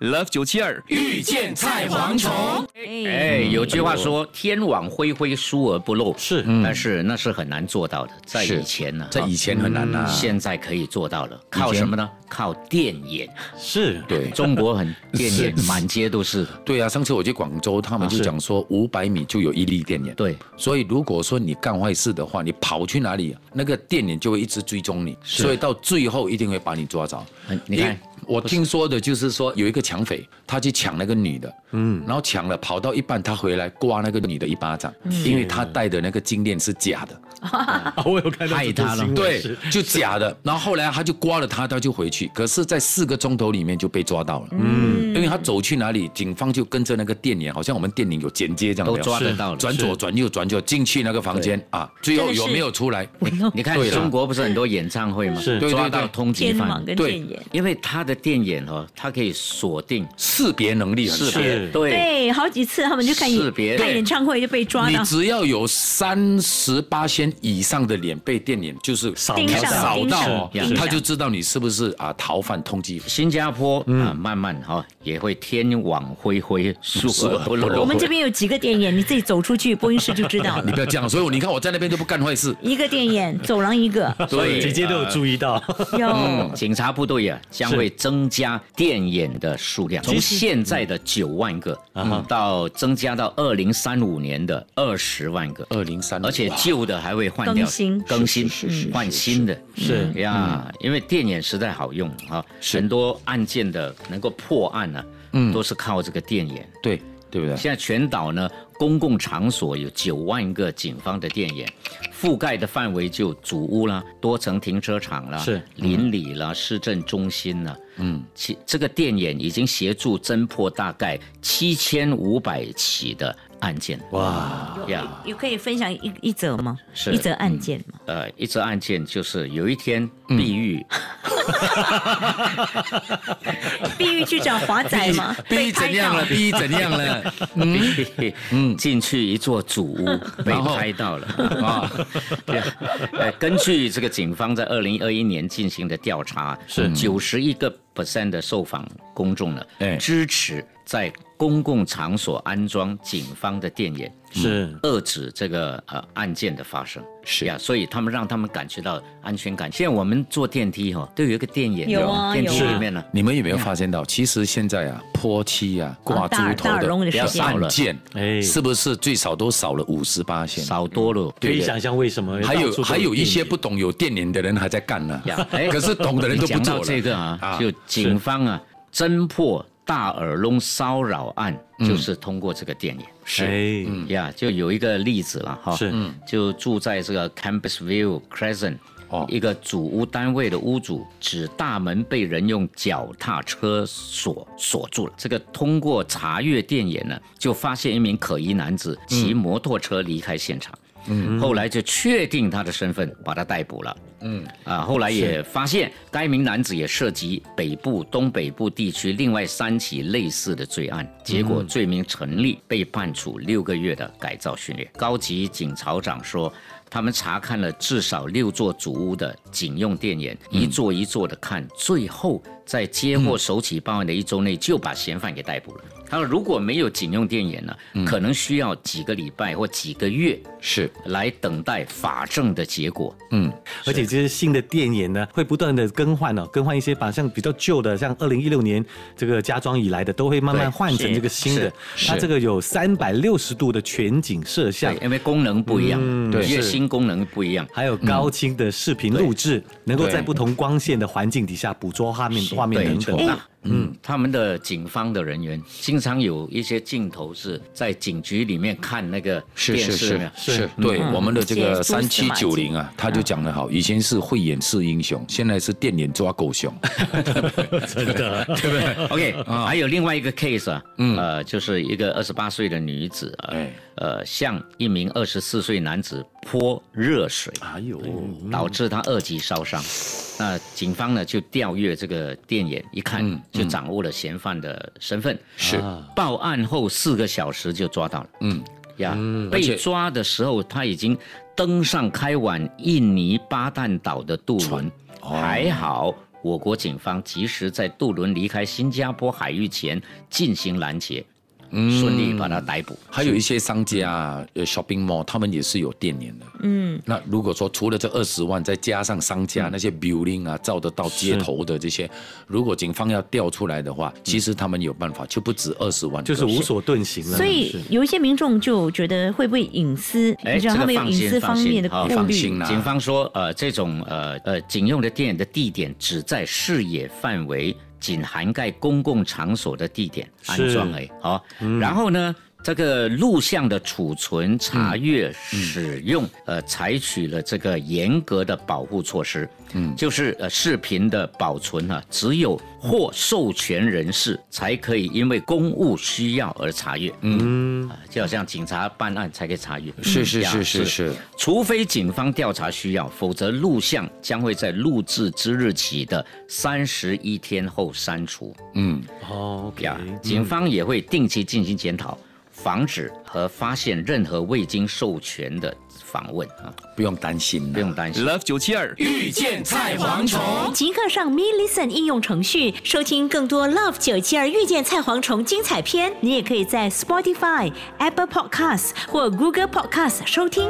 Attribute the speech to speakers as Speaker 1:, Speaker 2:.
Speaker 1: Love 九七二
Speaker 2: 遇见菜蝗虫。
Speaker 3: 哎，
Speaker 4: 哎，有句话说“天网恢恢，疏而不漏”，嗯
Speaker 2: 是嗯
Speaker 4: 但是那是很难做到的，在
Speaker 2: 是
Speaker 4: 以前呢，
Speaker 2: 在以前很难呐
Speaker 4: 啊现在可以做到了，靠什么呢？靠电眼。
Speaker 2: 是，
Speaker 4: 对，中国很电眼，满街都是。
Speaker 2: 对啊。上次我去广州，他们
Speaker 4: 啊
Speaker 2: 就是讲说五百米就有一粒电眼。
Speaker 4: 对，
Speaker 2: 所以如果说你干坏事的话，你跑去哪里，那个电眼就会一直追踪你，所以到最后一定会把你抓着。
Speaker 4: 很你看
Speaker 2: 因为我听说的就是说有一个抢匪，他去抢那个女的，嗯，然后抢了跑到一半，他回来刮那个女的一巴掌，因为他戴的那个金链是假的，
Speaker 5: 啊我有看到
Speaker 4: 害
Speaker 5: 这个
Speaker 4: 他了
Speaker 5: 新闻
Speaker 2: 对
Speaker 5: 是，
Speaker 2: 就假的。然后后来他就刮了他，他就回去，可是，在四个钟头里面就被抓到了，嗯，因为他走去哪里，警方就跟着那个电影，好像我们电影有剪接这样的
Speaker 4: 都抓得到了
Speaker 2: 转左转右转左进去那个房间啊，最后
Speaker 3: 真的是
Speaker 2: 有没有出来？
Speaker 4: 你看
Speaker 2: 对了
Speaker 4: 中国不是很多演唱会吗？
Speaker 5: 是
Speaker 2: 对对
Speaker 4: 抓到
Speaker 2: 对
Speaker 4: 通缉
Speaker 3: 天
Speaker 4: 犯
Speaker 3: 网。跟
Speaker 2: 对
Speaker 3: 电眼。
Speaker 4: 因为他的电眼哦，它可以锁定
Speaker 2: 识别能力很
Speaker 4: 识
Speaker 2: 强。
Speaker 4: 别，
Speaker 5: 是
Speaker 4: 对，
Speaker 3: 对，好几次他们就看
Speaker 4: 识
Speaker 3: 演
Speaker 4: 别
Speaker 3: 看
Speaker 4: 对
Speaker 3: 演唱会就被抓
Speaker 2: 你
Speaker 3: 到，
Speaker 2: 只要有三十八仙以上的脸被电脸，就是
Speaker 5: 扫
Speaker 3: 盯
Speaker 5: 描
Speaker 3: 上
Speaker 5: 到
Speaker 2: 扫
Speaker 3: 盯
Speaker 2: 到
Speaker 3: 上
Speaker 2: 哦
Speaker 4: 是是，
Speaker 2: 他就知道你是不是啊逃犯通缉。
Speaker 4: 新加坡
Speaker 2: 嗯
Speaker 4: 啊，慢慢哈也会天网恢 恢，疏而不
Speaker 3: 我
Speaker 4: 漏
Speaker 3: 们。这边有几个电眼，你自己走出去播音室就知道
Speaker 2: 你
Speaker 3: 了。
Speaker 2: 不要这样，所以我你看我在那边都不干坏事。
Speaker 3: 一个电眼，走廊 一个，
Speaker 4: 对
Speaker 5: 姐姐都有
Speaker 2: 啊
Speaker 5: 注意到，
Speaker 3: 有
Speaker 4: 嗯，警察部队啊将
Speaker 5: 是
Speaker 4: 会增加电眼的数量，从
Speaker 5: 其实
Speaker 4: 现在的九万个、嗯到增加到二零三五年的二十万个。
Speaker 2: 二零三，
Speaker 4: 而且旧的还会换掉，
Speaker 3: 更新
Speaker 4: 更新嗯
Speaker 2: 是是是是
Speaker 4: 换新的，
Speaker 5: 是
Speaker 4: 嗯呀、因为电眼实在好用啊，很多案件的能够破案呢、嗯，都是靠这个电眼。
Speaker 2: 对对不对？
Speaker 4: 现在全岛呢，公共场所有九万个警方的电眼，覆盖的范围就主屋啦、多层停车场啦、
Speaker 5: 是
Speaker 4: 邻里啦、市政中心啦。嗯，其这个电眼已经协助侦破大概七千五百起的案件。
Speaker 5: 哇，
Speaker 4: 呀，
Speaker 3: 有可以分享一一则吗？
Speaker 4: 是
Speaker 3: 一则案件吗？
Speaker 4: 呃，一则案件就是有一天碧玉、嗯
Speaker 3: 碧玉去找华仔 吗？
Speaker 2: 逼
Speaker 3: 被
Speaker 2: 怎
Speaker 3: 拍
Speaker 2: 样
Speaker 3: 到
Speaker 2: 了？逼怎样了？
Speaker 4: 嗯，进去一座祖屋，被拍到了啊！ 对，呃，根据这个警方在二零二一年进行的调查，是九十一个 percent 的受访公众呢
Speaker 2: 哎，
Speaker 4: 支持在公共场所安装警方的电眼，
Speaker 5: 是
Speaker 4: 遏制这个呃案件的发生。
Speaker 2: 是
Speaker 4: 呀，所以他们让他们感觉到安全感。现在我们坐电梯哈、哦，都有一个电眼，
Speaker 3: 有啊
Speaker 4: 电梯
Speaker 3: 有啊
Speaker 4: 里面呢。
Speaker 2: 你们有没有发现到，其实现在啊，泼漆啊，挂
Speaker 4: 哦
Speaker 2: 猪头
Speaker 3: 大耳大耳窿
Speaker 2: 的
Speaker 3: 的
Speaker 4: 不要
Speaker 3: 事件
Speaker 4: 少
Speaker 2: 案
Speaker 4: 了
Speaker 2: 件，
Speaker 5: 哎
Speaker 2: 是不是最少都少了五十八线？
Speaker 4: 少多了，
Speaker 5: 可以
Speaker 4: 的
Speaker 5: 想象为什么
Speaker 2: 还
Speaker 5: 到处
Speaker 2: 有
Speaker 5: 都
Speaker 2: 还有一些
Speaker 5: 电
Speaker 2: 不懂有电联的人还在干呢
Speaker 4: 呀哎，
Speaker 2: 可是懂的人都不
Speaker 4: 讲
Speaker 2: 做
Speaker 4: 到
Speaker 2: 了。
Speaker 4: 这个啊，就警方啊侦破大耳窿骚扰案，
Speaker 2: 嗯
Speaker 4: 就是通过这个电影。
Speaker 5: 影哎，
Speaker 4: 呀，就有一个例子了哈，
Speaker 5: 是嗯
Speaker 4: 就住在这个 Campus View Crescent。
Speaker 2: 哦
Speaker 4: 一个主屋单位的屋主指大门被人用脚踏车锁锁住了。这个通过查阅电眼呢，就发现一名可疑男子骑摩托车离开现场。嗯，后来就确定他的身份，把他逮捕了。嗯，啊，后来也发现该名男子也涉及北部、东北部地区另外三起类似的罪案，结果罪名成立，被判处六个月的改造训练。高级警察长说。他们查看了至少六座主屋的警用电眼，一座一座的看，最后在接获首起报案的一周内就把嫌犯给逮捕了。他说，如果没有警用电眼呢，可能需要几个礼拜或几个月
Speaker 2: 是
Speaker 4: 来等待法证的结果。
Speaker 5: 而且这些新的电影呢，会不断的更换哦，更换一些把像比较旧的，像二零一六年这个家装以来的，都会慢慢
Speaker 2: 对
Speaker 5: 换成这个新的。
Speaker 2: 是
Speaker 5: 它这个有三百六十度的全景摄像
Speaker 4: 对，，因为功能不一样，
Speaker 2: 对
Speaker 4: 越
Speaker 2: 是
Speaker 4: 新功能不一样。
Speaker 5: 还有高清的视频录制，能够
Speaker 2: 嗯对
Speaker 5: 在不同光线的环境底下捕捉画面、画面
Speaker 4: 对，
Speaker 5: 等
Speaker 4: 错
Speaker 5: 等。
Speaker 4: 了。嗯，他们的警方的人员经常有一些镜头是在警局里面看那个
Speaker 2: 是
Speaker 4: 电
Speaker 2: 是
Speaker 4: 视有没嗯有
Speaker 2: 是是，对我们的这
Speaker 3: 解
Speaker 2: 个
Speaker 3: 蛛丝
Speaker 2: 三七
Speaker 3: 马迹
Speaker 2: 九零啊，他就讲得好，以前是慧眼识英雄，现在是电眼抓狗熊。
Speaker 4: OK，、还有另外一个 case 啊，呃，就是一个二十八岁的女子啊，
Speaker 2: 哎
Speaker 4: 呃，向一名二十四岁男子泼热水，
Speaker 5: 哎呦，
Speaker 2: 嗯
Speaker 4: 导致他二级烧伤。那警方呢就调阅这个电眼，一看、就掌握了嫌犯的身份。
Speaker 2: 嗯
Speaker 4: 啊
Speaker 2: 是
Speaker 4: 报案后四个小时就抓到了。
Speaker 2: 嗯，
Speaker 4: 呀，
Speaker 2: 而
Speaker 4: 被
Speaker 2: 且
Speaker 4: 抓的时候他已经
Speaker 2: 哦
Speaker 4: 登上开往印尼巴旦岛的渡轮，还好我国警方及时在渡轮离开新加坡海域前进行拦截，
Speaker 2: 嗯
Speaker 4: 顺利把他逮捕。
Speaker 2: 还有一些商家啊，呃，shopping mall，他们也是有电联的。嗯，那如果说除了这二十万，再加上商家、那些 building 啊，照得到街头的这些，如果警方要调出来的话，其实他们有办法，就不止二十万个。
Speaker 5: 就是无所遁形了。
Speaker 3: 所
Speaker 5: 是
Speaker 3: 以有一些民众就觉得会不会隐私？
Speaker 4: 嗯哎
Speaker 3: 你知道
Speaker 4: 这个
Speaker 3: 他们有
Speaker 4: 放心
Speaker 3: 隐私方面的
Speaker 4: 放
Speaker 3: 顾
Speaker 4: 心
Speaker 3: 虑。
Speaker 4: 好
Speaker 2: 放心啦
Speaker 4: 警方说，呃，这种呃呃警用的电影的地点只在视野范围，仅涵盖公共场所的地点安
Speaker 5: 是
Speaker 4: 装而已。好、然后呢？这个录像的储存、查阅、使用，呃，采取了这个严格的保护措施。嗯，就是呃，视频的保存呢、只有获授权人士才可以因为公务需要而查阅。嗯，就好像警察办案才可以查阅。
Speaker 2: 是是
Speaker 4: 呀
Speaker 2: 是是嗯是，
Speaker 4: 除非警方调查需要，否则录像将会在录制之日起的三十一天后删除。
Speaker 2: 嗯，
Speaker 5: 哦，OK，
Speaker 4: 呀，
Speaker 1: 嗯
Speaker 4: 警方也会定期进行检讨，防止和发现任何未经授权的访问啊，
Speaker 2: 不用担心啦，
Speaker 4: 不用担心。
Speaker 1: Love 九七二遇见菜蝗虫。
Speaker 3: 即刻上 Me Listen 应用程序收听更多 Love 九七二遇见菜蝗虫精彩片。你也可以在 Spotify、Apple Podcasts 或 Google Podcasts 收听。